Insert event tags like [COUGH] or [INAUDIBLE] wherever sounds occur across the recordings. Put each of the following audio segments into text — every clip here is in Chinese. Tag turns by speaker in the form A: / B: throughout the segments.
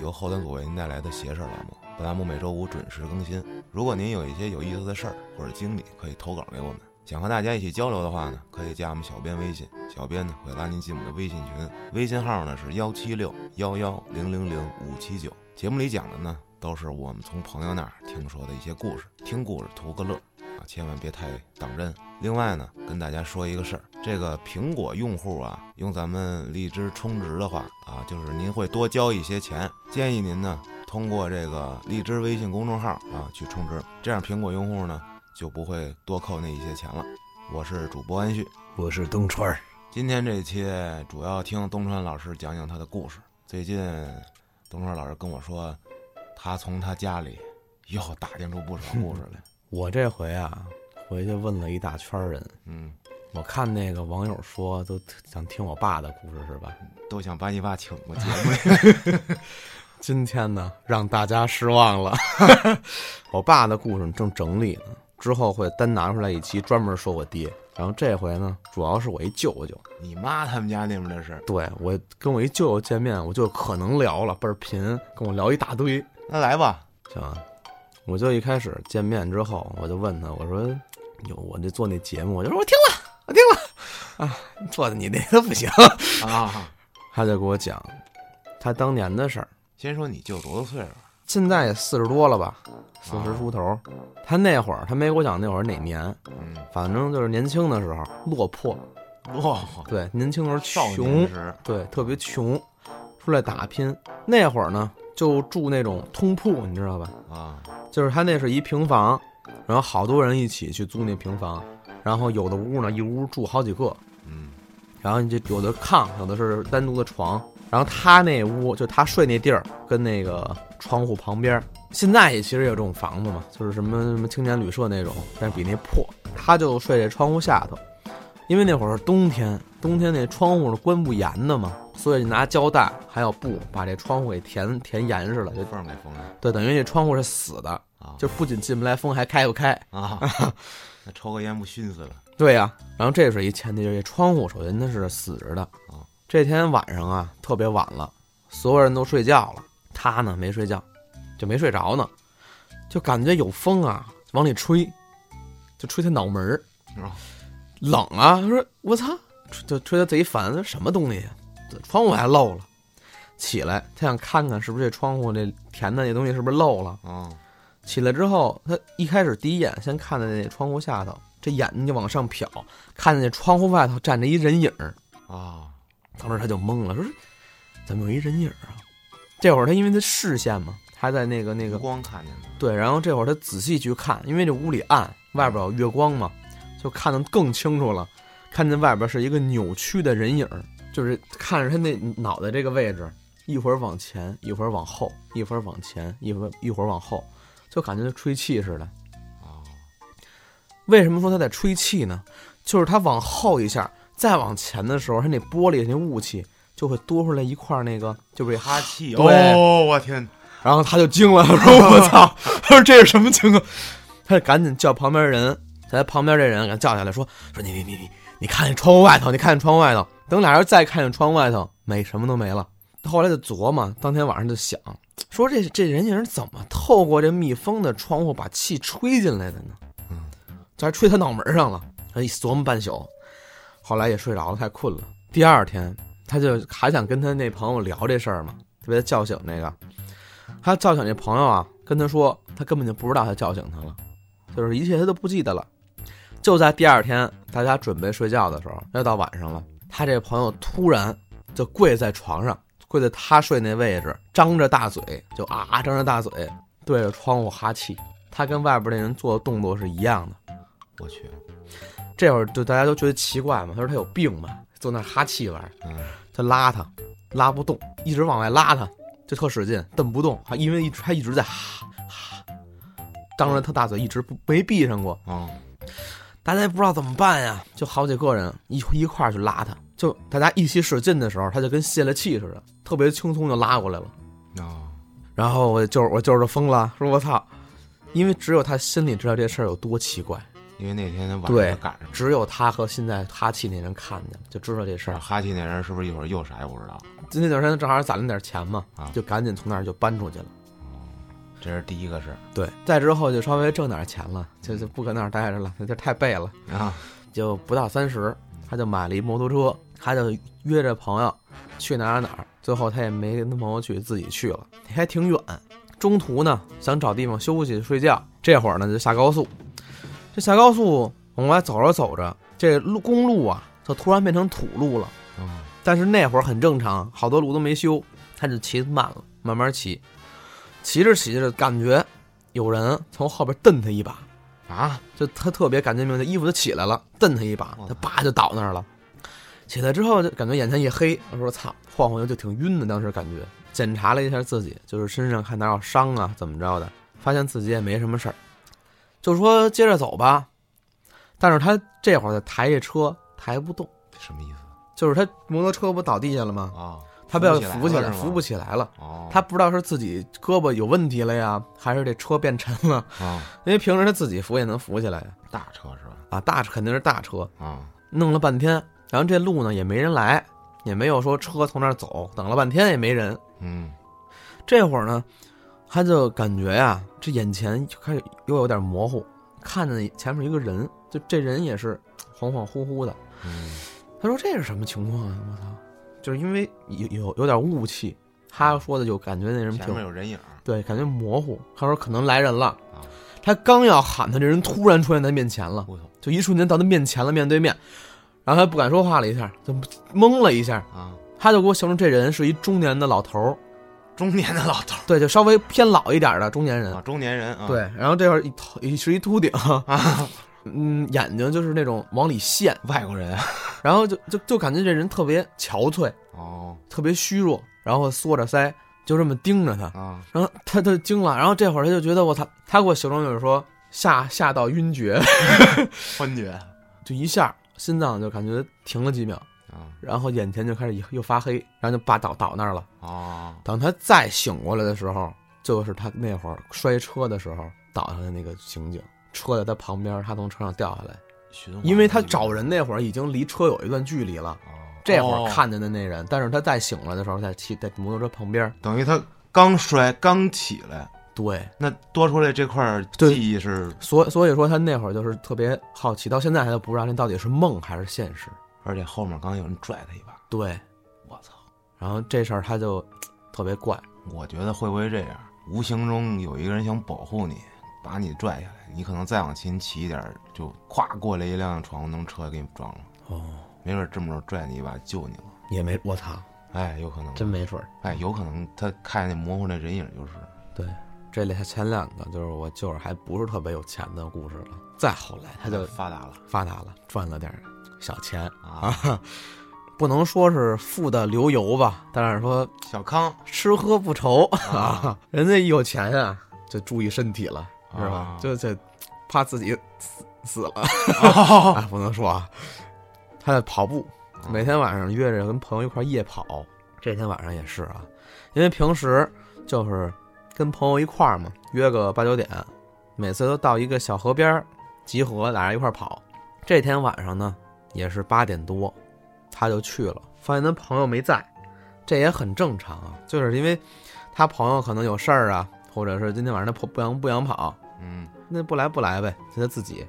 A: 由后端组为您带来的邪事儿栏目。本栏目每周五准时更新。如果您有一些有意思的事儿或者经历，可以投稿给我们。想和大家一起交流的话呢，可以加我们小编微信，小编呢会拉您进我们的微信群，微信号呢是幺七六幺幺零零零五七九。节目里讲的呢都是我们从朋友那儿听说的一些故事，听故事图个乐啊，千万别太当真。另外呢，跟大家说一个事儿，这个苹果用户啊，用咱们荔枝充值的话啊，就是您会多交一些钱，建议您呢通过这个荔枝微信公众号啊去充值，这样苹果用户呢。就不会多扣那一些钱了。我是主播安旭，
B: 我是东川。
A: 今天这一期主要听东川老师讲讲他的故事。最近，东川老师跟我说，他从他家里又打听出不少故事来。
B: 我这回啊，回去问了一大圈人。
A: 嗯，
B: 我看那个网友说，都想听我爸的故事是吧？
A: 都想把你爸请过节目里。
B: 今天呢，让大家失望了。 [LAUGHS] 我爸的故事正整理呢。之后会单拿出来一期专门说我爹，然后这回呢，主要是我一舅舅，
A: 你妈他们家那边的事。
B: 对我跟我一舅舅见面，我就可能聊了，倍儿贫，跟我聊一大堆。
A: 那来吧，
B: [LAUGHS] 行、啊，我就一开始见面之后，我就问他，我说，有我这做那节目，我就说我听了，我听了，啊，做的你那个不行 [LAUGHS]
A: 啊。
B: 他就给我讲他当年的事儿。
A: 先说你舅多大岁数？
B: 现在也四十多了吧，四十出头。他那会儿，他没给我讲那会儿哪年，
A: 嗯，
B: 反正就是年轻的时候落魄，
A: 落魄。
B: 对，年轻时候穷，对，特别穷，出来打拼。那会儿呢，就住那种通铺，你知道吧？
A: 啊，
B: 就是他那是一平房，然后好多人一起去租那平房，然后有的屋呢，一屋住好几个，
A: 嗯，
B: 然后你就有的炕，有的是单独的床。然后他那屋就他睡那地儿跟那个窗户旁边，现在也其实有这种房子嘛，就是什么什么青年旅社那种，但是比那破。他就睡这窗户下头，因为那会儿是冬天，冬天那窗户是关不严的嘛，所以拿胶带还有布把这窗户给填填严实了，就
A: 缝给封上。
B: 对，等于这窗户是死的，就不仅进不来风，还开不开
A: 啊。那抽个烟不熏死了？
B: 对呀、啊。然后这是一前提，就是这窗户首先它是死着的
A: 啊。
B: 这天晚上啊，特别晚了，所有人都睡觉了，他呢没睡觉，就没睡着呢，就感觉有风啊往里吹，就吹他脑门儿，冷啊！他说我操，就吹他贼烦，什么东西、啊？窗户还漏了，起来他想看看是不是这窗户这填的那东西是不是漏了。
A: 嗯，
B: 起来之后，他一开始第一眼先看见那窗户下头，这眼睛就往上瞟，看见那窗户外头站着一人影儿
A: 啊。哦
B: 当时他就懵了，说：“怎么有一人影啊？”这会儿他因为他视线嘛，他在那个那个
A: 光看见的。
B: 对，然后这会儿他仔细去看，因为这屋里暗，外边有月光嘛，就看得更清楚了。看见外边是一个扭曲的人影，就是看着他那脑袋这个位置，一会儿往前，一会儿往后，一会儿往前，一会儿一会儿往后，就感觉吹气似的。
A: 哦，
B: 为什么说他在吹气呢？就是他往后一下。再往前的时候，它那玻璃那雾气就会多出来一块那个，就被
A: 哈气。
B: 哦，
A: 我天！
B: 然后他就惊了，他 [LAUGHS] 说：“我操！”他说：“这是什么情况？”他就赶紧叫旁边人，在旁边这人给他叫下来，说：“说你你你你，你看见窗户外头，你看见窗户外头。”等俩人再看见窗户外头，没什么都没了。后来就琢磨，当天晚上就想说这这人影怎么透过这密封的窗户把气吹进来的呢？
A: 嗯，
B: 这还吹他脑门上了。他一琢磨半宿。后来也睡着了，太困了。第二天，他就还想跟他那朋友聊这事儿嘛，就被他叫醒那个。他叫醒那朋友啊，跟他说，他根本就不知道他叫醒他了，就是一切他都不记得了。就在第二天，大家准备睡觉的时候，要到晚上了，他这朋友突然就跪在床上，跪在他睡那位置，张着大嘴，就啊啊张着大嘴，对着窗户哈气。他跟外边那人做的动作是一样的。
A: 我去。
B: 这会儿就大家都觉得奇怪嘛，他说他有病吧，坐那哈气玩，
A: 嗯
B: 就拉他，拉不动，一直往外拉他，就特使劲，蹬不动，还因为一直他一直在哈哈，张着他大嘴一直不没闭上过，
A: 哦，
B: 大家也不知道怎么办呀，就好几个人一一块儿去拉他，就大家一起使劲的时候，他就跟泄了气似的，特别轻松就拉过来了，
A: 哦，
B: 然后我就我就是疯了，说我操，因为只有他心里知道这事儿有多奇怪。
A: 因为那天晚
B: 对
A: 赶上，
B: 只有他和现在哈气那人看见了，就知道这事儿。
A: 哈气那人是不是一会儿又啥也不知道？
B: 就那段时间正好攒了点钱嘛
A: 啊，
B: 就赶紧从那儿就搬出去了。
A: 这是第一个事儿
B: 对，再之后就稍微挣点钱了，就就不搁那儿待着了，就太背了，
A: 啊。
B: 就不到三十，他就买了一摩托车，他就约着朋友去哪儿哪儿，最后他也没跟他朋友去，自己去了，还挺远。中途呢，想找地方休息睡觉，这会儿呢就下高速，这下高速往外走着走着，这路公路啊，就突然变成土路了。
A: 哦
B: 但是那会儿很正常，好多路都没修，他就骑慢了，慢慢骑，骑着骑着感觉有人从后边蹬他一把，
A: 啊，
B: 就他特别感觉明显，衣服就起来了，蹬他一把
A: 我，操
B: 他叭就倒那儿了。起来之后就感觉眼前一黑，他说：“操，晃晃悠就挺晕的，当时感觉。”检查了一下自己，就是身上看哪有伤啊，怎么着的，发现自己也没什么事儿，就说接着走吧。但是他这会儿再抬这车抬不动，
A: 什么意思
B: 就是他摩托车不倒地下了吗？
A: 啊？
B: 他被
A: 扶不
B: 扶起
A: 起
B: 来，
A: 来，
B: 扶不起来了。
A: 哦，
B: 他不知道是自己胳膊有问题了呀，还是这车变沉了？
A: 啊，
B: 因为平时他自己扶也能扶起来呀。
A: 大车是吧？
B: 啊，大车肯定是大车，
A: 啊，
B: 弄了半天，然后这路呢也没人来，也没有说车从那儿走，等了半天也没人。
A: 嗯，
B: 这会儿呢，他就感觉呀、这眼前就开始又有点模糊，看见前面一个人，就这人也是恍恍惚惚的。
A: 嗯
B: 他说这是什么情况啊？我操！就是因为有有有点雾气，他说的就感觉那人
A: 前
B: 挺
A: 面有人影儿
B: 对，感觉模糊。他说可能来人了
A: 啊，
B: 他刚要喊他，这人突然出现在面前了，
A: 我操
B: 就一瞬间到他面前了，面对面，然后他不敢说话了一下，就懵了一下，
A: 啊，
B: 他就给我形容这人是一中年的老头儿，
A: 中年的老头
B: 对，就稍微偏老一点的中年人
A: 儿，啊，中年人啊，
B: 对，然后这会儿一头一是一秃顶啊， [LAUGHS] 嗯，眼睛就是那种往里陷，
A: 外国人啊
B: 然后就就就感觉这人特别憔悴，
A: 哦
B: 特别虚弱，然后缩着腮，就这么盯着他，
A: 啊，
B: 然后他他就惊了，然后这会儿他就觉得我操，他给我形容就是说吓吓到晕厥， [LAUGHS]
A: 昏厥
B: 就一下心脏就感觉停了几秒，
A: 啊
B: 然后眼前就开始又发黑，然后就把倒倒那儿了。
A: 哦
B: 等他再醒过来的时候，就是他那会儿摔车的时候倒下的那个情景，车在他旁边，他从车上掉下来，
A: 循环
B: 因为他找人那会儿已经离车有一段距离了。
A: 哦
B: 这会儿
A: 哦
B: 看见的那人，但是他再醒来的时候，在骑在摩托车旁边，
A: 等于他刚摔刚起来，
B: 对，
A: 那多出来这块儿
B: 对
A: 记忆是，
B: 所所以说他那会儿就是特别好奇，到现在他都不知道那到底是梦还是现实。
A: 而且后面刚有人拽他一把，
B: 对，
A: 我操！
B: 然后这事儿他就特别怪，
A: 我觉得会不会这样，无形中有一个人想保护你，把你拽下来，你可能再往前骑一点儿，就咵过来一辆闯红灯车给你撞了，
B: 哦，
A: 没准这么着拽你一把救你了。
B: 也没我操，
A: 哎，有可能，
B: 真没准儿。
A: 哎，有可能他看见模糊那人影就是，
B: 对，这里前两个就是我舅儿还不是特别有钱的故事了，再后来他就
A: 发达了
B: 发达了，赚了点儿小钱，
A: 啊，
B: 不能说是富的流油吧，但是说
A: 小康
B: 吃喝不愁
A: 啊，
B: [LAUGHS] 人家一有钱啊，就注意身体了，是吧
A: 啊？
B: 就这怕自己死死了。
A: 哦
B: [LAUGHS] 啊，不能说啊，他在跑步，
A: 啊
B: 每天晚上约着跟朋友一块儿夜跑。这天晚上也是啊，因为平时就是跟朋友一块儿嘛，约个八九点，每次都到一个小河边儿集合，俩人一块儿跑。这天晚上呢，也是八点多，他就去了，发现他朋友没在，这也很正常啊，就是因为他朋友可能有事儿啊，或者是今天晚上他不不想不想跑，
A: 嗯，
B: 那不来不来呗，就他自己，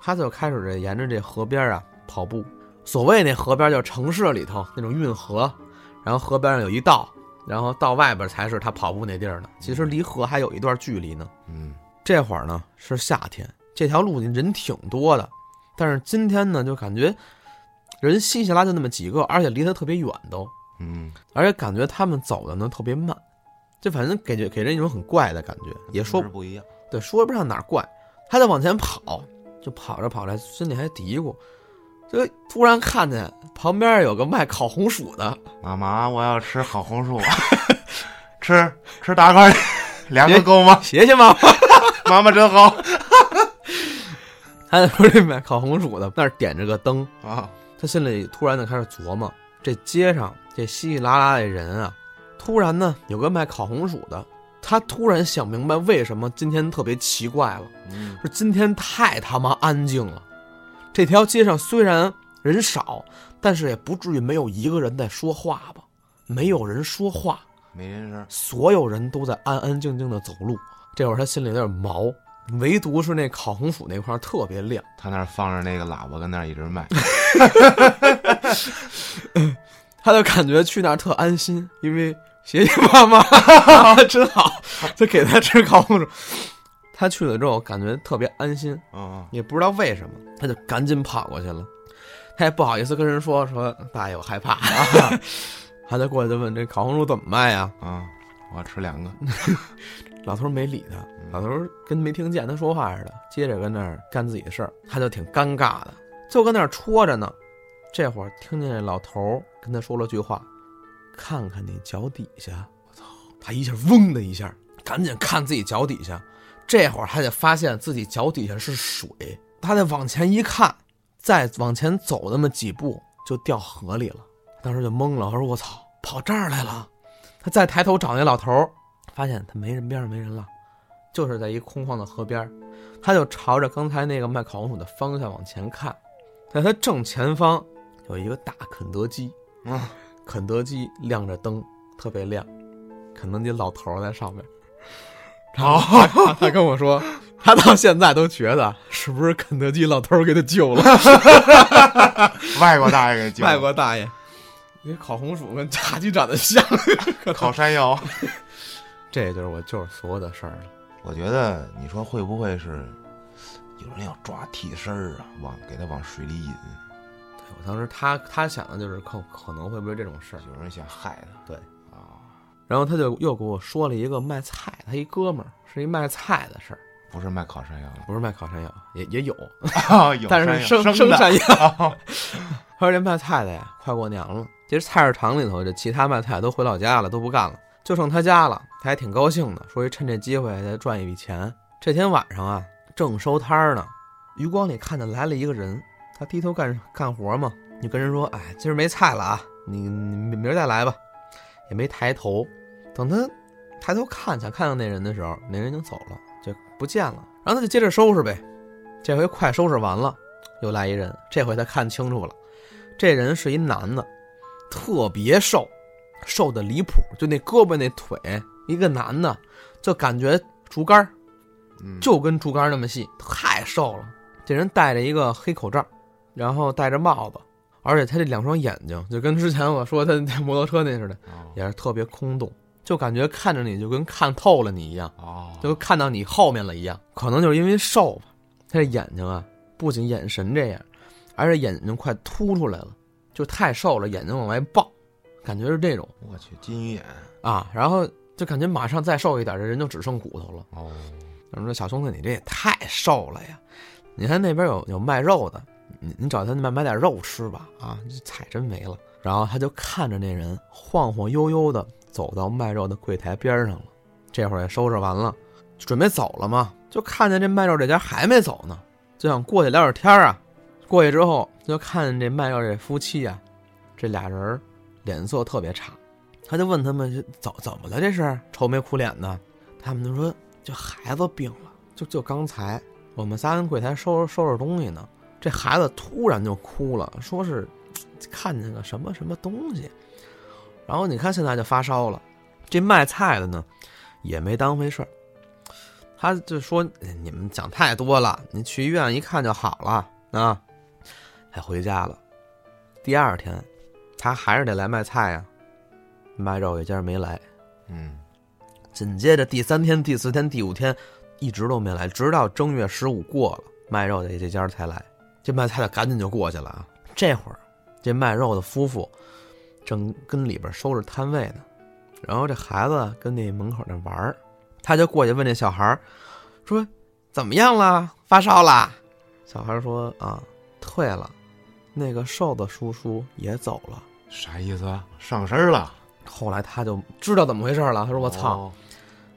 B: 他就开始这沿着这河边啊跑步。所谓那河边就是城市里头那种运河，然后河边上有一道，然后到外边才是他跑步那地儿呢。其实离河还有一段距离呢。
A: 嗯，
B: 这会儿呢是夏天，这条路人挺多的，但是今天呢就感觉人稀稀拉就那么几个，而且离他特别远都，
A: 嗯，
B: 而且感觉他们走的呢特别慢，这反正给觉给人一种很怪的感觉，也说
A: 是不一样，
B: 对，说不上哪儿怪，他在往前跑，就跑着跑着，心里还嘀咕，就突然看见旁边有个卖烤红薯的，
A: 妈妈，我要吃烤红薯，啊 [LAUGHS] 吃吃大块儿，两个够吗？ [LAUGHS]
B: 谢谢妈妈。
A: 妈妈真好
B: [LAUGHS] 他就说这卖烤红薯的那儿点着个灯，
A: 啊，
B: 他心里突然就开始琢磨，这街上这稀稀拉拉的人啊，突然呢有个卖烤红薯的，他突然想明白为什么今天特别奇怪了。
A: 嗯
B: 说今天太他妈安静了，这条街上虽然人少，但是也不至于没有一个人在说话吧？没有人说话，
A: 没人声，
B: 所有人都在安安静静的走路。这会儿他心里有点毛，唯独是那烤红薯那块儿特别亮。
A: 他那儿放着那个喇叭，跟那儿一直卖。
B: 他就感觉去那儿特安心，因为爷爷妈妈 [LAUGHS] 真好，就给他吃烤红薯。他去了之后感觉特别安心，
A: 嗯
B: 也不知道为什么，他就赶紧跑过去了。他也不好意思跟人说说大爷我害怕， [LAUGHS] 他就过去就问这烤红薯怎么卖啊呀、
A: 嗯嗯，我要吃两个。
B: 老头儿没理他，老头儿跟没听见他说话似的，接着跟那儿干自己的事儿，他就挺尴尬的，就跟那儿戳着呢。这会儿听见这老头儿跟他说了句话：“看看你脚底下。”我操！他一下嗡的一下，赶紧看自己脚底下。这会儿他就发现自己脚底下是水，他再往前一看，再往前走那么几步就掉河里了。当时就懵了，我说：“我操，跑这儿来了！”他再抬头找那老头儿，发现他没人边上没人了，就是在一空旷的河边儿，他就朝着刚才那个卖烤红薯的方向往前看，在他正前方有一个大肯德基，
A: 嗯，
B: 啊肯德基亮着灯，特别亮，肯德基老头儿在上面。然后 [LAUGHS]
A: 哦
B: 他 [LAUGHS] 他跟我说，他到现在都觉得是不是肯德基老头儿给他救 [LAUGHS] 了
A: 外国大爷给救了
B: 外国大爷？你烤红薯跟炸鸡长得像， [LAUGHS]
A: 烤山药。
B: 这就是我就是所有的事儿了。
A: 我觉得你说会不会是有人要抓替身儿啊，往给他往水里引，
B: 我当时他他想的就是可可能会不会这种事儿，
A: 有人想害他？
B: 对
A: 啊，
B: 然后他就又给我说了一个卖菜，他一哥们儿是一卖菜的事儿，
A: 不是卖烤山药
B: [LAUGHS]
A: 了
B: 不是卖烤山药，也也哦有，
A: 啊，有
B: 但是生
A: 生
B: 生
A: 的哦
B: 山药。
A: [LAUGHS]
B: 他说这卖菜的呀，快过年了，其实菜市场里头这其他卖菜都回老家了，都不干了，就剩他家了，他还挺高兴的，说趁这机会再赚一笔钱。这天晚上啊，正收摊儿呢，余光里看见来了一个人，他低头干干活嘛，就跟人说：“哎，今儿没菜了啊，你你明明儿再来吧。”也没抬头，等他抬头看想看到那人的时候，那人已经走了，就不见了。然后他就接着收拾呗，这回快收拾完了，又来一人，这回他看清楚了，这人是一男的，特别瘦，瘦的离谱，就那胳膊那腿，一个男的，就感觉竹竿儿
A: 嗯
B: 就跟竹竿那么细，太瘦了。这人戴着一个黑口罩，然后戴着帽子，而且他这两双眼睛就跟之前我说他那 [LAUGHS] 摩托车那似的，
A: 哦
B: 也是特别空洞，就感觉看着你就跟看透了你一样，
A: 哦，
B: 就看到你后面了一样。可能就是因为瘦吧，他这眼睛啊，不仅眼神这样，而且眼睛快凸出来了，就太瘦了，眼睛往外爆，感觉是这种
A: 我去金鱼眼
B: 啊。然后就感觉马上再瘦一点，这人就只剩骨头了。
A: 哦，
B: 我说小兄弟，你这也太瘦了呀！你看那边有有卖肉的，你你找他买买点肉吃吧啊，这菜真没了。然后他就看着那人晃晃悠悠的走到卖肉的柜台边上了，这会儿也收拾完了，准备走了嘛，就看见这卖肉这家还没走呢，就想过去聊会天儿啊。过去之后就看见这卖肉这夫妻啊，这俩人儿脸色特别差，他就问他们这怎怎么了这是愁眉苦脸的，他们就说这孩子病了，就就刚才我们仨跟柜台收拾收拾东西呢，这孩子突然就哭了，说是嘖看见个什么什么东西，然后你看现在就发烧了。这卖菜的呢也没当回事儿，他就说哎你们讲太多了，你去医院一看就好了啊，还回家了。第二天，他还是得来卖菜呀、卖肉也今儿没来。
A: 嗯，
B: 紧接着第三天、第四天、第五天，一直都没来，直到正月十五过了，卖肉的这家才来。这卖菜的赶紧就过去了啊！这会儿，这卖肉的夫妇正跟里边收拾摊位呢，然后这孩子跟那门口那玩儿，他就过去问这小孩儿说：“怎么样啦？发烧啦？”小孩儿说：“啊，退了。”那个瘦子叔叔也走了。
A: 啥意思啊？上身儿了？
B: 后来他就知道怎么回事了，他说：“我操！”
A: 哦，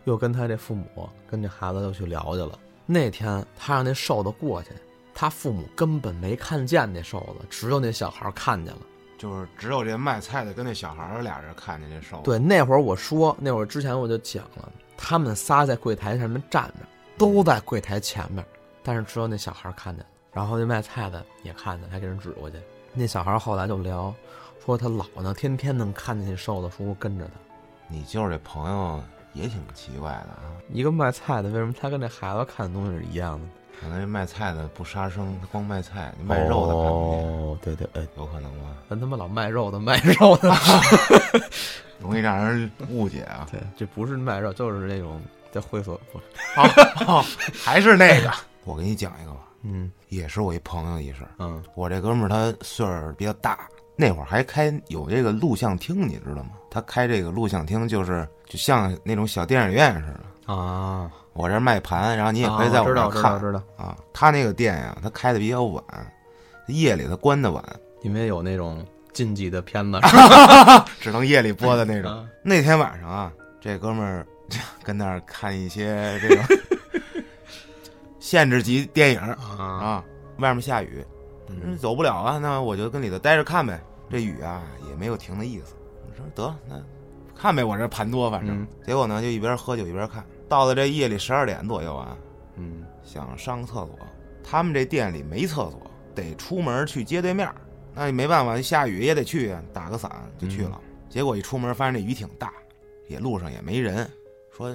B: 又跟他这父母跟这孩子又去聊去了。那天他让那瘦子过去，他父母根本没看见那瘦子，只有那小孩看见了。
A: 哦就是只有这卖菜的跟那小孩儿俩人看见这瘦子，
B: 对，那会儿我说，那会儿之前我就讲了，他们仨在柜台上面站着，都在柜台前面，但是只有那小孩看见了，然后那卖菜的也看见，还给人指过去，那小孩后来就聊，说他老呢，天天能看见那瘦子叔叔跟着他。
A: 你就是这朋友也挺奇怪的啊，
B: 一个卖菜的，为什么他跟那孩子看的东西是一样的呢？
A: 可能这卖菜的不杀生，他光卖菜，你卖肉的看不见，
B: 哦，对对，哎，
A: 有可能吗？
B: 咱他妈老卖肉的，卖肉 [LAUGHS] 的，
A: 容易让人误解
B: [LAUGHS]
A: 啊。
B: 对，这不是卖肉，就是那种在会所，不是
A: 哦，还是那个，我给你讲一个吧，
B: 嗯
A: 也是我一朋友一事儿。
B: 嗯，
A: 我这哥们儿他岁数儿比较大，那会儿还开有这个录像厅，你知道吗？他开这个录像厅就是就像那种小电影院似的，
B: 啊，
A: 我这儿卖盘，然后你也可以
B: 啊
A: 在
B: 知
A: 这
B: 道
A: 儿
B: 知
A: 看
B: 道知道，
A: 啊。他那个店呀、他开的比较晚，夜里他关的晚，
B: 因为有那种禁忌的片子，
A: 只能夜里播的那种。
B: 啊
A: 那天晚上啊，这哥们儿 [LAUGHS] 跟那儿看一些这种 [LAUGHS] 限制级电影
B: 啊，
A: 啊，外面下雨，嗯，
B: 嗯
A: 走不了啊，那我就跟里头待着看呗。这雨啊也没有停的意思。我说得那看呗，我这盘多，反正、
B: 嗯
A: 结果呢就一边喝酒一边看。到了这夜里十二点左右啊，
B: 嗯，
A: 想上个厕所，他们这店里没厕所，得出门去街对面儿。那也没办法，下雨也得去啊，打个伞就去了。
B: 嗯
A: 结果一出门发现这雨挺大，也路上也没人，说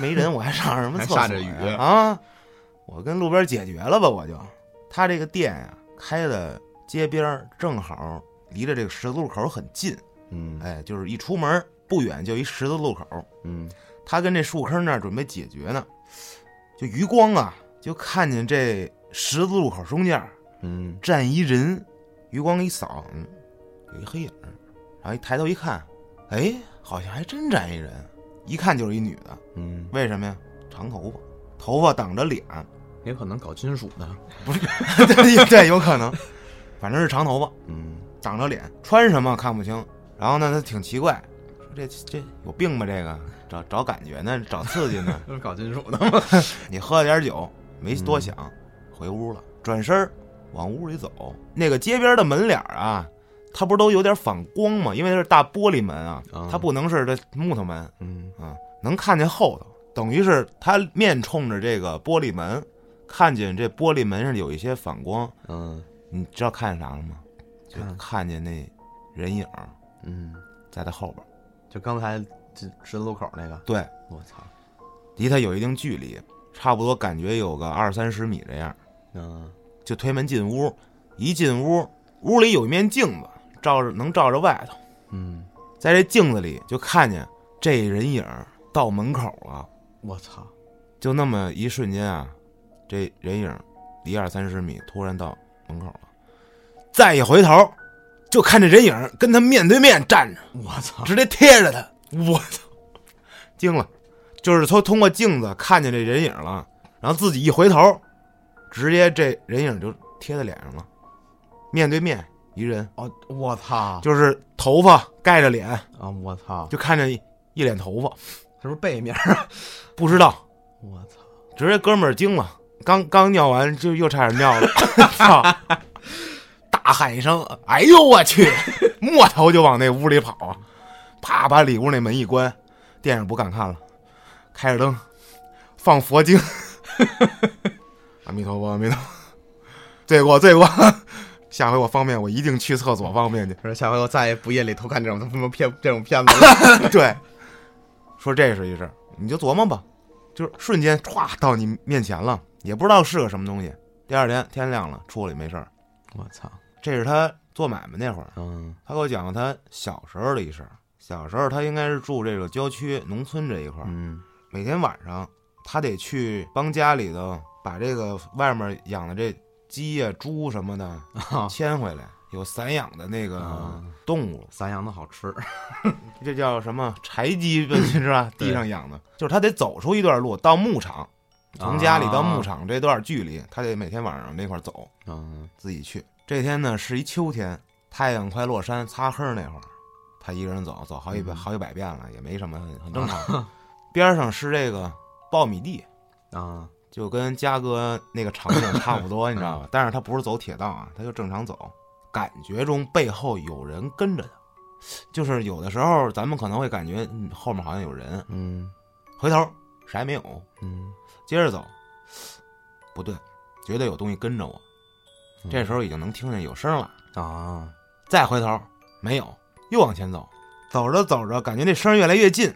A: 没人我还上什么厕所呀、
B: [LAUGHS] 还下着雨
A: 啊？我跟路边解决了吧，我就。他这个店呀、开的街边儿正好离着这个十字路口很近，
B: 嗯
A: 哎，就是一出门不远就一十字路口，
B: 嗯，
A: 他跟这树坑那儿准备解决呢，就余光啊，就看见这十字路口中间儿
B: 嗯
A: 站一人，余光一扫，嗯，有一黑影儿，然后一抬头一看，哎，好像还真站一人，一看就是一女的，
B: 嗯，
A: 为什么呀？长头发，头发挡着脸， [LAUGHS]
B: 也可能搞金属的，
A: 对对，有可能，反正是长头发，
B: 嗯
A: 挡着脸，穿什么看不清。然后呢，他挺奇怪，说这这有病吧？这个找找感觉呢，找刺激呢。
B: 嗯都是搞金属的嘛，
A: 你喝了点酒，没
B: 嗯
A: 多想，回屋了，转身儿往屋里走。那个街边的门脸儿啊，它不是都有点反光吗？因为它是大玻璃门啊
B: 啊，
A: 它不能是这木头门
B: 嗯
A: 啊，能看见后头。等于是他面冲着这个玻璃门，看见这玻璃门上有一些反光，
B: 嗯
A: 你知道看见啥了吗？就
B: 看
A: 看见那人影儿
B: 嗯，
A: 在他后边儿，
B: 就刚才这十字路口那个，
A: 对，
B: 我操，
A: 离他有一定距离，差不多感觉有个二三十米这样。
B: 嗯
A: 就推门进屋，一进屋，屋里有一面镜子，照着能照着外头，
B: 嗯，
A: 在这镜子里就看见这人影儿到门口了，
B: 我操，
A: 就那么一瞬间啊，这人影儿离二三十米突然到门口了，再一回头，就看这人影儿跟他面对面站着，
B: 我操，
A: 直接贴着他，
B: 我操，
A: 啊惊了，就是从通过镜子看见这人影了，然后自己一回头，直接这人影就贴在脸上了，面对面一人。
B: 哦，我操，
A: 就是头发盖着脸，
B: 啊，我操，
A: 就看见一一脸头发，
B: 是不是背面？
A: 不知道，
B: 我操，
A: 直接哥们儿惊了，刚刚尿完就又差点尿了， [LAUGHS] 操！大喊一声：“哎呦我去！”摸头就往那屋里跑啊，啪把里屋那门一关，电影不敢看了，开着灯，放佛经，阿弥陀佛，阿弥陀佛，罪过罪过，下回我方便我一定去厕所方便去。
B: 说下回我再也不夜里偷看这种他妈片这种片子了。 [LAUGHS]
A: 对，说这是一事儿，你就琢磨吧，就是瞬间歘到你面前了，也不知道是个什么东西。第二天天亮了，出来没事儿。
B: 我操，
A: 这是他做买卖那会儿，
B: 嗯
A: 他给我讲过他小时候的一事儿。小时候他应该是住这个郊区农村这一块儿，
B: 嗯
A: 每天晚上他得去帮家里头把这个外面养的这鸡呀、猪什么的
B: 啊，
A: 牵回来，有散养的那个
B: 啊
A: 动物，
B: 散养的好吃，
A: 这叫什么柴
B: [LAUGHS]
A: 鸡，是吧？
B: 对
A: 地上养的，就是他得走出一段路到牧场，从家里
B: 啊
A: 到牧场这段距离，他得每天晚上那块儿走，
B: 嗯
A: 自己去。这天呢是一秋天，太阳快落山，擦黑儿那会儿，他一个人走，走好几百、
B: 嗯
A: 好几百遍了，也没什么，很正常。边上是这个苞米地，
B: 啊，
A: 就跟嘉哥那个场景差不多，你知道吧？但是他不是走铁道啊，他就正常走，感觉中背后有人跟着他，就是有的时候咱们可能会感觉嗯后面好像有人，
B: 嗯
A: 回头啥也没有，
B: 嗯，
A: 接着走，不对，觉得有东西跟着我，这时候已经能听见有声了，
B: 啊，
A: 再回头没有，又往前走，走着走着，感觉这声儿越来越近，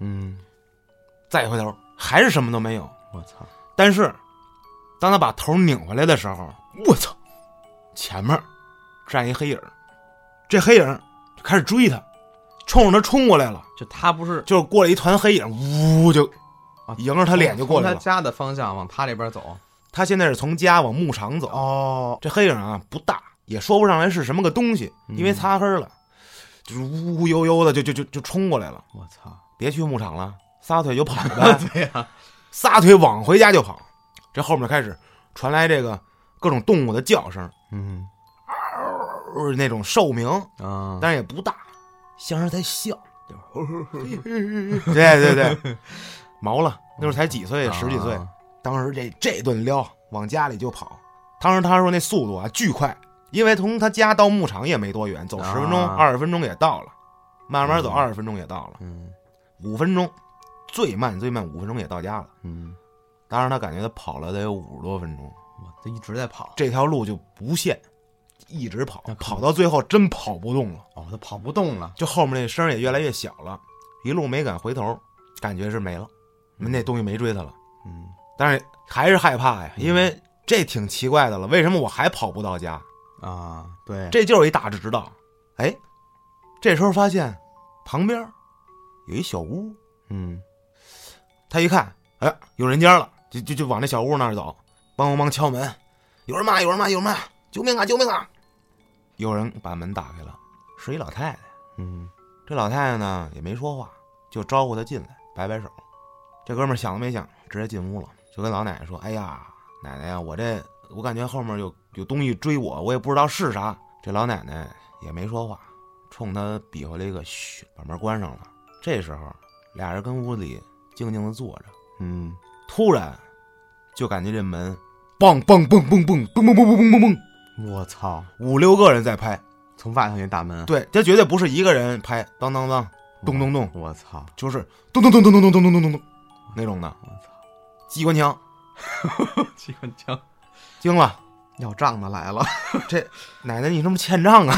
B: 嗯，
A: 再回头还是什么都没有。
B: 我操，
A: 但是，当他把头拧回来的时候，
B: 我操，
A: 前面站一黑影儿，这黑影儿就开始追他，冲着他冲过来了，
B: 就他不是
A: 就是过来一团黑影，呜就
B: 啊
A: 迎着他脸就过来
B: 从
A: 了
B: 他。家的方向往他这边走，
A: 他现在是从家往牧场走，
B: 哦，
A: 这黑影啊不大，也说不上来是什么个东西，
B: 嗯
A: 因为擦黑了，就是呜呜悠悠的就就就就冲过来了。
B: 我操，
A: 别去牧场了，撒腿就跑
B: [LAUGHS]
A: 呗，对呀、撒腿往回家就跑。这后面开始传来这个各种动物的叫声，
B: 嗯
A: 呃那种兽鸣，
B: 啊，
A: 但是也不大，像是在笑。对 [LAUGHS] 对对，毛了，那时候才几岁，十几岁，
B: 啊
A: 当时这这顿撩往家里就跑。当时他说那速度啊巨快，因为从他家到牧场也没多远，走十分钟、
B: 啊
A: 二十分钟也到了，慢慢走
B: 嗯
A: 二十分钟也到了，
B: 嗯
A: 五分钟，最慢最慢五分钟也到家了。
B: 嗯，
A: 当时他感觉他跑了得有五十多分钟，
B: 我这一直在跑，
A: 这条路就不限，一直跑
B: 那，可
A: 跑到最后真跑不动了，
B: 哦，他跑不动了，
A: 就后面那声儿也越来越小了，一路没敢回头，感觉是没了，那东西没追他了，
B: 嗯
A: 但是还是害怕呀，
B: 嗯
A: 因为这挺奇怪的了，为什么我还跑不到家？
B: 啊，对，
A: 这就是一大直道。哎，这时候发现旁边有一小屋，
B: 嗯
A: 他一看，哎，有人家了，就就就往那小屋那儿走，梆梆梆敲门，有人骂，有人骂，有人骂，救命啊，救命啊！有人把门打开了，是一老太太。
B: 嗯
A: 这老太太呢也没说话，就招呼他进来，摆摆手。这哥们儿想都没想，直接进屋了，就跟老奶奶说：“哎呀，奶奶呀，我这我感觉后面有有东西追我，我也不知道是啥。”这老奶奶也没说话，冲他比划了一个“嘘”，把门关上了。这时候，俩人跟屋里静静的坐着。
B: 嗯，
A: 突然就感觉这门梆梆梆梆梆梆梆梆梆梆梆，
B: 我操，
A: 五六个人在拍，
B: 从外头那大门，
A: 对，这绝对不是一个人拍，当当当，咚咚咚，
B: 我操，
A: 就是咚咚咚咚咚咚咚咚咚咚咚那种的
B: 我操，
A: 机关枪，
B: 机关枪
A: 惊了，
B: 要账的来了，
A: 奶奶你这么欠账 [LAUGHS] 啊！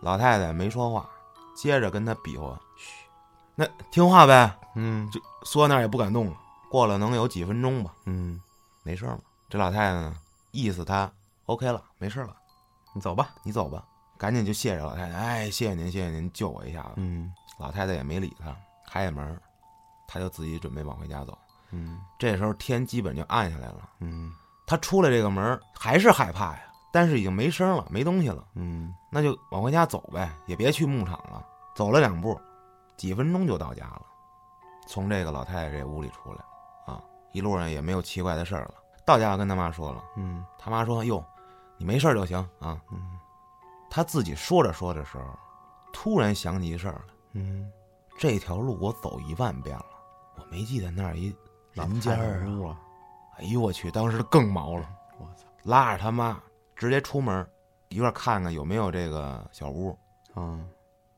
A: 老太太没说话，接着跟他比划，嘘，那听话呗，
B: [LAUGHS] 嗯
A: 缩那儿也不敢动了。过了能有几分钟吧，
B: 嗯，
A: 没事儿嘛。这老太太呢，意思她 OK 了，没事了。
B: 你走吧，
A: 你走吧，赶紧就谢谢老太太，哎，谢谢您，谢谢您救我一下子。
B: 嗯
A: 老太太也没理他，开开门，他就自己准备往回家走。
B: 嗯
A: 这时候天基本就暗下来了，
B: 嗯
A: 他出来这个门还是害怕呀，但是已经没声了，没东西了，
B: 嗯，
A: 那就往回家走呗，也别去牧场了。走了两步，几分钟就到家了。从这个老太太这屋里出来，啊，一路上也没有奇怪的事儿了。到家跟他妈说了，
B: 嗯
A: 他妈说：“哟，你没事儿就行啊。”
B: 嗯
A: 他自己说着说着时候，突然想起一事儿来，
B: 嗯，
A: 这条路我走一万遍了，我没记得那儿一人家
B: 太
A: 儿
B: 恐
A: 啊。
B: 怖了，
A: 哎呦我去，当时更毛了，
B: 我操
A: 拉着他妈直接出门，一块儿看看有没有这个小屋。
B: 啊，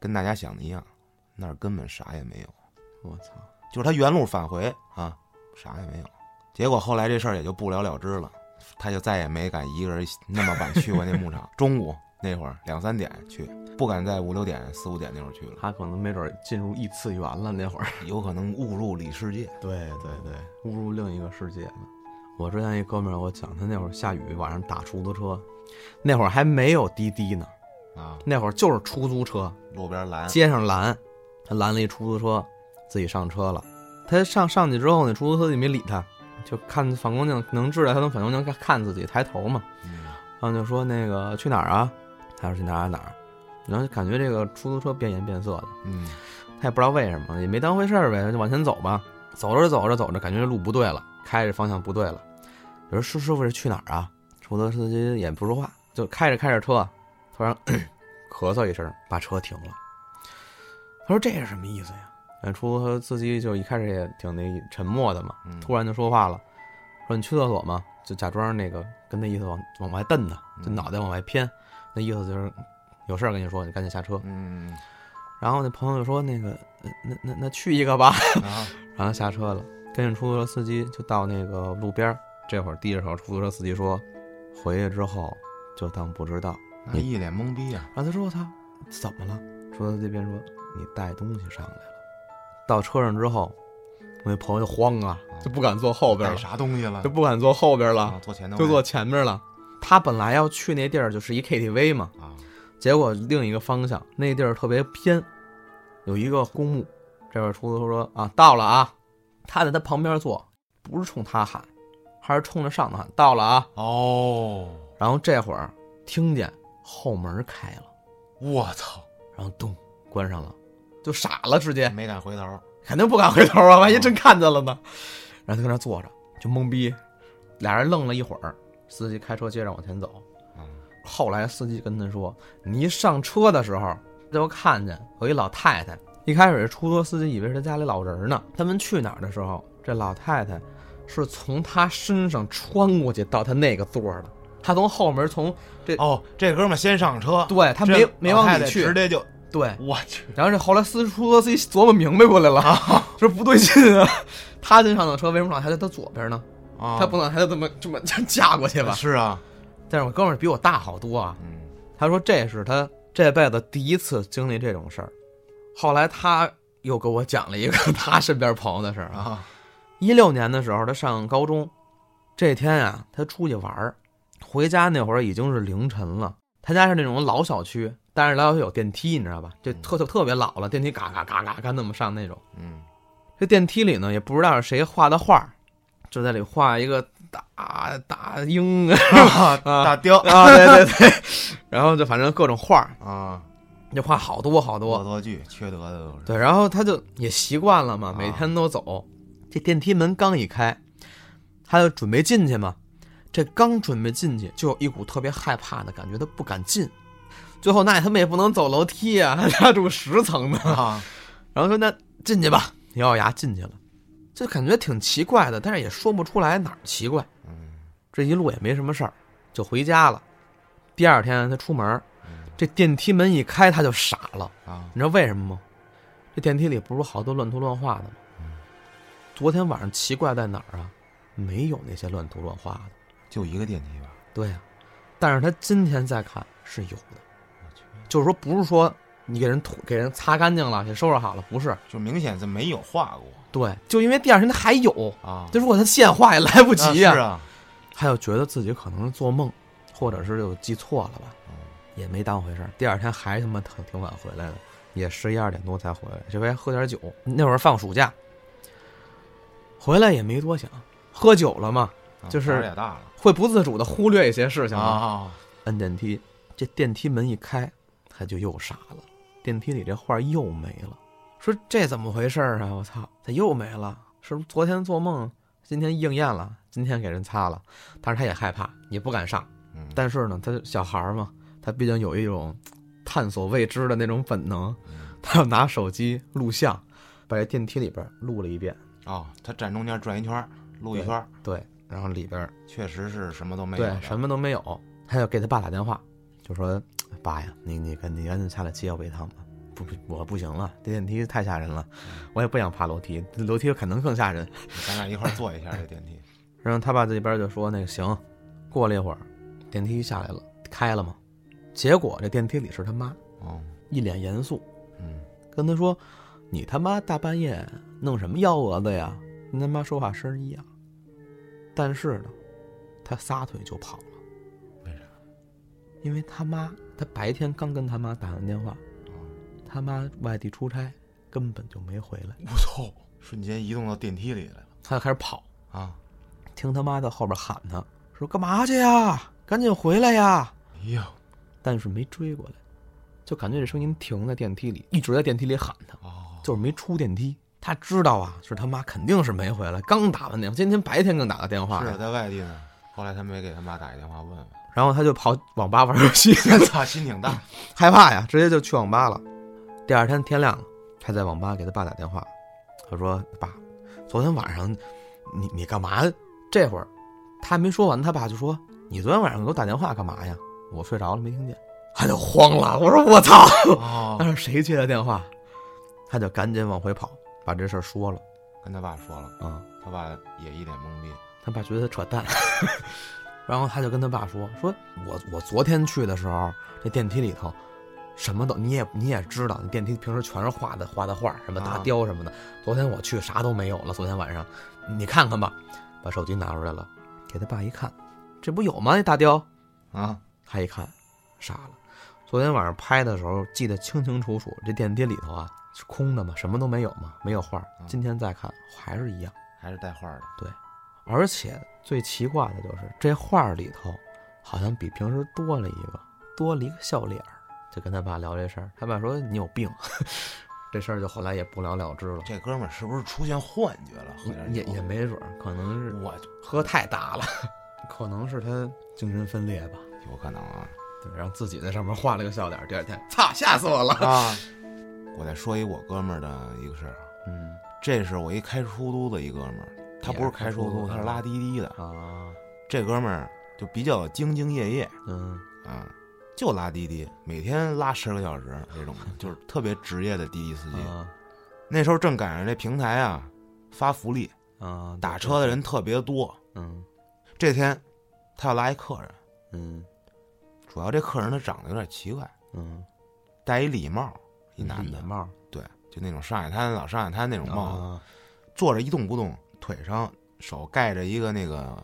A: 跟大家想的一样，那儿根本啥也没有，
B: 我操，
A: 就是他原路返回啊，啥也没有。结果后来这事儿也就不了了之了，他就再也没敢一个人那么晚去过那牧场。中午那会儿两三点去，不敢在五六点、四五点那会儿去了。
B: 他可能没准儿进入异次元了那会儿，
A: 有可能误入里世界。
B: [LAUGHS] 对对对，误入另一个世界呢。我之前一哥们儿，我讲他那会儿下雨，晚上打出租车，那会儿还没有滴滴呢，
A: 啊，
B: 那会儿就是出租车，
A: 路边拦，
B: 街上拦，他拦了一出租车，自己上车了。他上上去之后，那出租车也没理他，就看反光镜能知道他从反光镜看看自己，抬头嘛。
A: 嗯
B: 然后就说那个去哪儿啊？他说去哪儿啊哪儿。然后就感觉这个出租车变颜变色的，
A: 嗯
B: 他也不知道为什么，也没当回事儿呗，就往前走吧。走着走着走着，感觉这路不对了，开着方向不对了。有人说师傅是去哪儿啊？出租车司机也不说话，就开着开着车，突然咳嗽一声，把车停了。他说这是什么意思呀？那出租车司机就一开始也挺那沉默的嘛，
A: 嗯，
B: 突然就说话了，说你去厕所吗？就假装那个跟那意思往往外瞪他，就
A: 嗯
B: 脑袋往外偏，那意思就是有事儿跟你说，你赶紧下车。
A: 嗯，
B: 然后那朋友就说那个，呃那那那去一个吧， [LAUGHS]
A: 啊，
B: 然后下车了，跟着出租车司机就到那个路边儿。这会儿低着头，出租车司机说，回去之后就当不知道，
A: 那嗯一脸懵逼啊！
B: 然后他说：“我操，怎么了？”说这边说你带东西上来了。到车上之后，我那朋友就慌啊，就不敢坐后边
A: 带
B: 了，
A: 啥东西了
B: 就？不敢坐后边了，
A: 啊，坐前头
B: 就
A: 呗
B: 坐前面了。他本来要去那地儿，就是一 KTV 嘛，
A: 啊，
B: 结果另一个方向那地儿特别偏，有一个公墓。这边出租车说啊，到了啊，他在他旁边坐，不是冲他喊，还是冲着上头喊到了啊。
A: 哦，
B: 然后这会儿听见后门开了，
A: 我操，
B: 然后咚关上了，就傻了，直接
A: 哎没敢回头，
B: 肯定不敢回头啊，万一
A: 嗯
B: 真看见了呢。然后他跟那儿坐着就懵逼，俩人愣了一会儿，司机开车接着往前走。
A: 嗯，
B: 后来司机跟他说：“你一上车的时候，就看见有一老太太。一开始出租车司机以为是他家里老人儿呢。他们去哪儿的时候，这老太太是从他身上穿过去到他那个座儿的。他从后门从这，
A: 哦，这哥们儿先上车，
B: 对他没
A: 这
B: 没
A: 老太
B: 往里
A: 太
B: 去
A: 直，接就
B: 对。
A: 我去，
B: 然后这后来司出租车司机琢磨明白过来了，说不对劲啊，他先上的车，为什么老太太到左边呢？
A: 啊，
B: 他不能还得这么这么这么架过去吧？
A: 是啊，
B: 但是我哥们儿比我大好多啊，
A: 嗯，
B: 他说这是他这辈子第一次经历这种事儿。后来他又给我讲了一个他身边朋友的事儿啊。
A: 啊，
B: 一六年的时候，他上高中，这天啊，他出去玩儿，回家那会儿已经是凌晨了。他家是那种老小区，但是老小区有电梯，你知道吧？就特特特别老了，电梯嘎嘎嘎嘎嘎那么上那种。
A: [LAUGHS] 嗯，
B: 这电梯里呢，也不知道是谁画的画儿，就在里画一个大大鹰啊 [LAUGHS]
A: 大雕
B: 啊，对对对，然后就反正各种画儿，
A: 啊，
B: 就画好多好
A: 恶
B: 多。
A: 作剧，缺德的都是，
B: 对，然后他就也习惯了嘛，
A: 啊
B: 每天都走。这电梯门刚一开，他就准备进去嘛。这刚准备进去，就有一股特别害怕的感觉，他不敢进。最后那他们也不能走楼梯啊，他 [LAUGHS] 家住十层呢。
A: 啊，
B: 然后说那进去吧，咬咬牙进去了，就感觉挺奇怪的，但是也说不出来哪儿奇怪。
A: 嗯，
B: 这一路也没什么事儿，就回家了。第二天他出门，这电梯门一开他就傻了，
A: 啊，
B: 你知道为什么吗？这电梯里不是好多乱涂乱画的吗？
A: 嗯
B: 昨天晚上奇怪在哪儿啊？没有那些乱涂乱画的。
A: 就一个电梯吧，
B: 对呀、但是他今天再看是有的，
A: 我去，
B: 就是说不是说你给人涂给人擦干净了，给收拾好了，不是。
A: 就明显是没有画过
B: 对，就因为第二天他还有，
A: 啊，
B: 就如果他现画也来不
A: 不
B: 及
A: 是
B: 呀、
A: 啊，
B: 他就觉得自己可能是做梦，或者是有记错了吧，
A: 嗯
B: 也没当回事儿。第二天还他妈挺挺晚回来的，也十一二点多才回来。这回还喝点酒，那会儿放暑假，回来也没多想，喝酒了嘛，
A: 啊
B: 就是
A: 胆儿也大了
B: 会不自主的忽略一些事情嘛。
A: 啊，
B: 按电梯，这电梯门一开，他就又傻了，电梯里这画又没了。说这怎么回事儿啊？我操，他又没了，是不是昨天做梦，今天应验了，今天给人擦了？但是他也害怕，也不敢上。
A: 嗯，
B: 但是呢，他小孩儿嘛，他毕竟有一种探索未知的那种本能，他要拿手机录像，把这电梯里边录了一遍。
A: 哦，他站中间转一圈儿，录一圈儿，
B: 对，然后里边
A: 确实是什么都没有
B: 对
A: 的，，
B: 什么都没有。他就给他爸打电话，就说：“爸呀，你你赶你赶紧下来接我一趟吧，不不，我不行了，这电梯太吓人了，我也不想爬楼梯，楼梯可能更吓人。
A: 咱俩一块儿坐一下这电梯，”
B: 然后他爸这边就说：“那个行。”过了一会儿，电梯下来了，开了嘛。结果这电梯里是他妈，
A: 哦，
B: 一脸严肃
A: 嗯，
B: 跟他说：“你他妈大半夜弄什么幺蛾子呀？”跟他妈说话声儿一样。但是呢，他撒腿就跑了。
A: 为啥？
B: 因为他妈，他白天刚跟他妈打完电话，
A: 啊
B: [LAUGHS] 他妈外地出差，根本就没回来。
A: 我操，瞬间移动到电梯里来了
B: 他就开始跑，
A: 啊！
B: 听他妈在后边喊他，说干嘛去呀？赶紧回来呀！
A: 哎呦，
B: 但是没追过来，就感觉这声音停在电梯里，一直在电梯里喊他，
A: 哦，
B: 就是没出电梯。他知道啊，是他妈肯定是没回来，刚打完电话，今天白天刚打的电话
A: 是，啊在外地呢。后来他没给他妈打一电话问问，
B: [LAUGHS] 然后他就跑网吧玩游戏，
A: 操，心挺大。
B: [LAUGHS] 害怕呀，直接就去网吧了。第二天天亮了，他在网吧给他爸打电话，他说：“爸，昨天晚上你你干嘛？这会儿他还没说完，他爸就说：‘你昨天晚上给我打电话干嘛呀？’我睡着了没听见，他就慌了。我说：‘我操！’ [LAUGHS]
A: 哦，
B: 那是谁接的电话？他就赶紧往回跑，把这事儿说了。
A: 跟他爸说了，
B: 啊、
A: 他爸也一脸懵逼。
B: 他爸觉得他扯淡， [LAUGHS] 然后他就跟他爸说：“说我我昨天去的时候，这电梯里头什么都你也你也知道，电梯平时全是画的画的画，什么大
A: 啊
B: 雕什么的。昨天我去啥都没有了，昨天晚上你看看吧。”把手机拿出来了，给他爸一看，这不有吗？那大雕，
A: 啊，
B: 他一看，傻了。昨天晚上拍的时候记得清清楚楚，这电梯里头啊是空的嘛，什么都没有嘛，没有画。今天再看还是一样。
A: 还是带画的，
B: 而且最奇怪的就是这画儿里头好像比平时多了一个，多了一个笑脸儿。就跟他爸聊这事儿，他爸说你有病， [LAUGHS] 这事儿就后来也不了了之了，
A: 这哥们儿是不是出现幻觉了？喝点
B: 也
A: 酒
B: 也没准儿，可能是
A: 我
B: 喝太大了， [LAUGHS] 可能是他精神分裂吧。
A: 有可能
B: [LAUGHS]
A: 啊
B: 对，然后自己在上面画了个笑脸儿，第二天，操，吓死我了。
A: 啊！我再说一我哥们儿的一个事儿啊，
B: 嗯
A: 这是我一开出租的一哥们儿，他
B: 也
A: 不是
B: 是
A: 开
B: 开
A: 出
B: 出
A: 租，
B: 租的
A: 他是拉滴滴的。
B: 啊，
A: 这哥们儿就比较兢兢业业
B: 嗯，
A: 啊，就拉滴滴，每天拉十个小时这种的，就是特别职业的滴滴司机。
B: 啊
A: 那时候正赶上这平台啊发福利，
B: 啊，
A: 打车的人特别多。
B: 嗯，
A: 这天他要拉一客人，
B: 嗯
A: 主要这客人他长得有点奇怪，
B: 嗯
A: 戴一礼帽，一
B: 嗯，
A: 男
B: 礼
A: 的，
B: 帽儿，
A: 对，就那种上海滩老上海滩那种帽子，
B: 啊
A: 坐着一动不动，腿上手盖着一个那个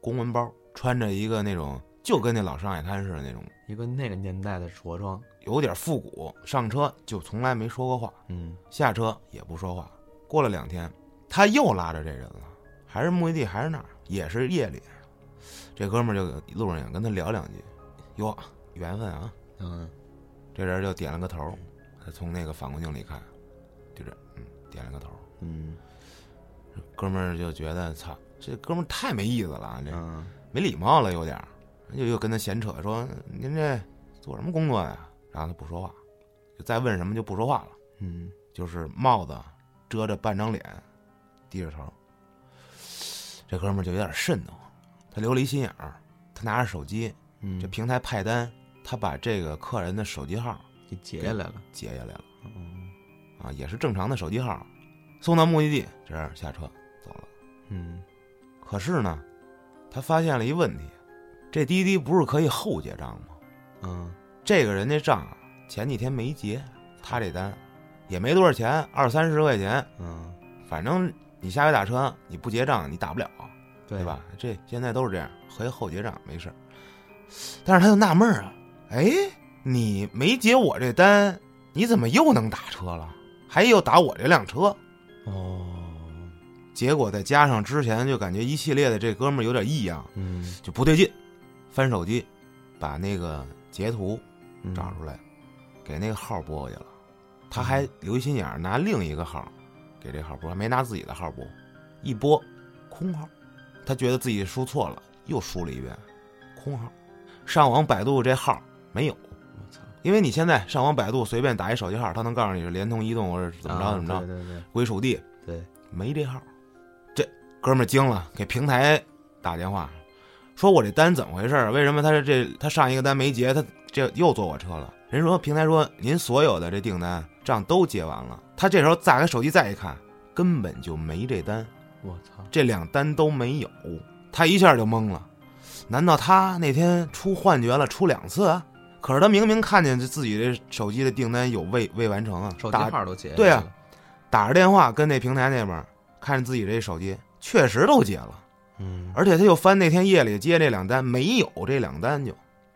A: 公文包，穿着一个那种就跟那老上海滩似的那种，
B: 一个那个年代的着装，
A: 有点复古。上车就从来没说过话，
B: 嗯
A: 下车也不说话。过了两天，他又拉着这人了，还是目的地，还是那儿，也是夜里。这哥们儿就路上想跟他聊两句，哟，缘分啊！
B: 嗯
A: 这人就点了个头，他从那个反光镜里看，就这，嗯，点了个头。
B: 嗯
A: 哥们儿就觉得，操，这哥们儿太没意思了啊，这
B: 嗯
A: 没礼貌了，有点儿。又又跟他闲扯说：“您这做什么工作呀？”然后他不说话，就再问什么就不说话了。
B: 嗯
A: 就是帽子遮着半张脸，低着头。这哥们儿就有点瘆得慌，他留了一心眼儿，他拿着手机，
B: 嗯，
A: 这平台派单，他把这个客人的手机号
B: 就截下来了，
A: 截下来了
B: 嗯
A: 啊，也是正常的手机号，送到目的地，这人下车走了。
B: 嗯
A: 可是呢，他发现了一问题，这滴滴不是可以后结账吗？
B: 嗯
A: 这个人家账啊前几天没结，他这单也没多少钱，二三十块钱，
B: 嗯，
A: 反正你下回打车你不结账你打不了，对
B: 对？
A: 吧？这现在都是这样，可以后结账没事儿。但是他就纳闷儿啊，哎，你没结我这单，你怎么又能打车了？还又打我这辆车？
B: 哦，
A: 结果再加上之前就感觉一系列的这哥们儿有点异样，
B: 嗯，
A: 就不对劲，翻手机，把那个截图
B: 嗯
A: 找出来，给那个号拨过去了。他还留一心眼儿，拿另一个号给这号拨，还没拿自己的号拨。一拨，空号。他觉得自己输错了，又输了一遍，空号。上网百度这号没有，
B: 我操，
A: 因为你现在上网百度随便打一手机号，他能告诉你是联通、移动或者怎么着
B: 啊
A: 怎么着，
B: 对对
A: 归属地
B: 对对，
A: 没这号。这哥们儿惊了，给平台打电话，说我这单怎么回事儿？为什么他这他上一个单没结，他这又坐我车了？人说平台说您所有的这订单账都结完了。他这时候打开手机再一看，根本就没这单，
B: 我操，
A: 这两单都没有，他一下就懵了。难道他那天出幻觉了，出两次啊？可是他明明看见这自己这手机的订单有未未完成啊，
B: 手机
A: 打
B: 号都截下
A: 对
B: 来
A: 啊
B: 了，
A: 打着电话跟那平台那边儿看着自己这手机，确实都结了，
B: 嗯，
A: 而且他又翻那天夜里接这两单，没有这两单就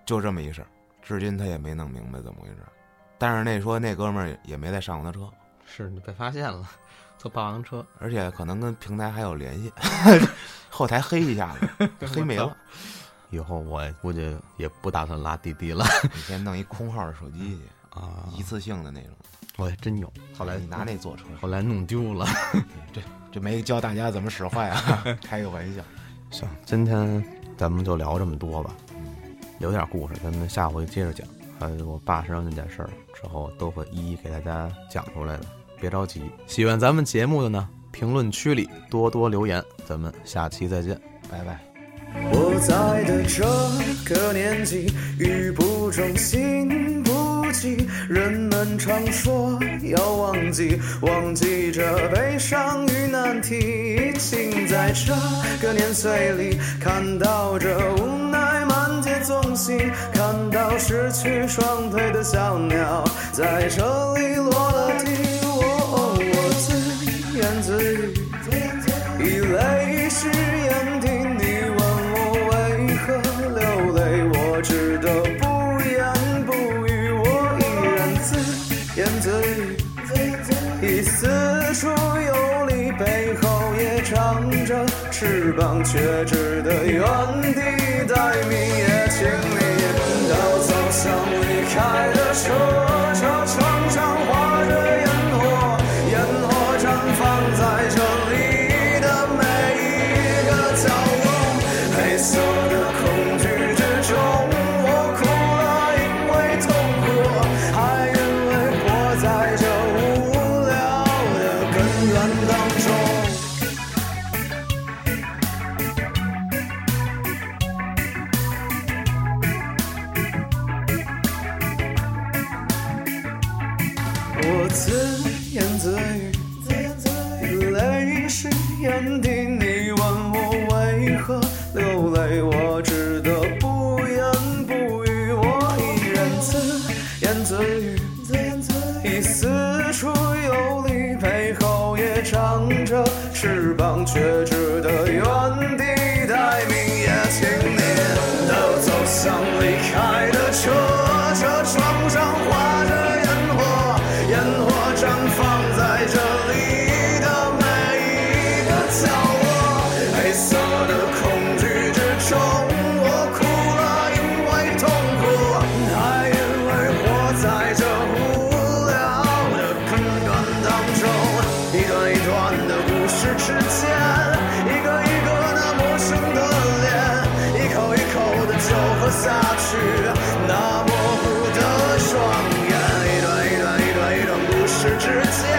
A: 就这么一事儿，至今他也没弄明白怎么回事儿。但是那说那哥们儿也没再上过他车，
B: 是你被发现了， [LAUGHS] 坐霸王车，
A: 而且可能跟平台还有联系，后台黑一 [LAUGHS] 下子，黑没了。
B: 以后我估计也不打算拉滴滴了
A: 你先弄一空号的手机去，
B: 啊，
A: 一次性的那种。
B: 我还真有，后来
A: 你拿那 [LAUGHS] 坐车，
B: 后来弄丢了。
A: 这没教大家怎么使坏 [LAUGHS] 啊，开个玩笑。
B: 行，今天咱们就聊这么多吧，留点故事，咱们下回接着讲。还有我爸身上那点事儿，之后都会一一给大家讲出来的，别着急。喜欢咱们节目的呢，评论区里多多留言，咱们下期再见。
A: 拜拜。
C: 我在的这个年纪，语不中心不悸。人们常说要忘记，忘记这悲伤与难题。已经在这个年岁里看到这无奈。纵心，看到失去双腿的小鸟在这里落了地。哦，我自言自语，以泪湿眼底。你问我为何流泪，我只得不言不语。我依然自言自语。以四处游离，背后也长着翅膀，却只得原地待命。也请你引导走向离开的车，车窗上划着烟火，烟火绽放在这里的每一个角落。黑色的恐惧之中，我哭了，因为痛苦，还因为活在这无聊的根源当中。我自言自语，泪湿眼底。你问我为何流泪，我只得不言不语。我依然自言自语，已四处游离，背后也长着翅膀，却只得原地待命。也请你引导走向离开的车，车窗上划着烟火，烟火绽放在这里的每一个角落。黑色的恐惧之中，我哭了，因为痛苦，还因为活在这无聊的坑段当中，一段一段的故事之间，一个一个那陌生的脸，一口一口的酒喝下去，那模糊的双眼，一段一段一段一段故事之间。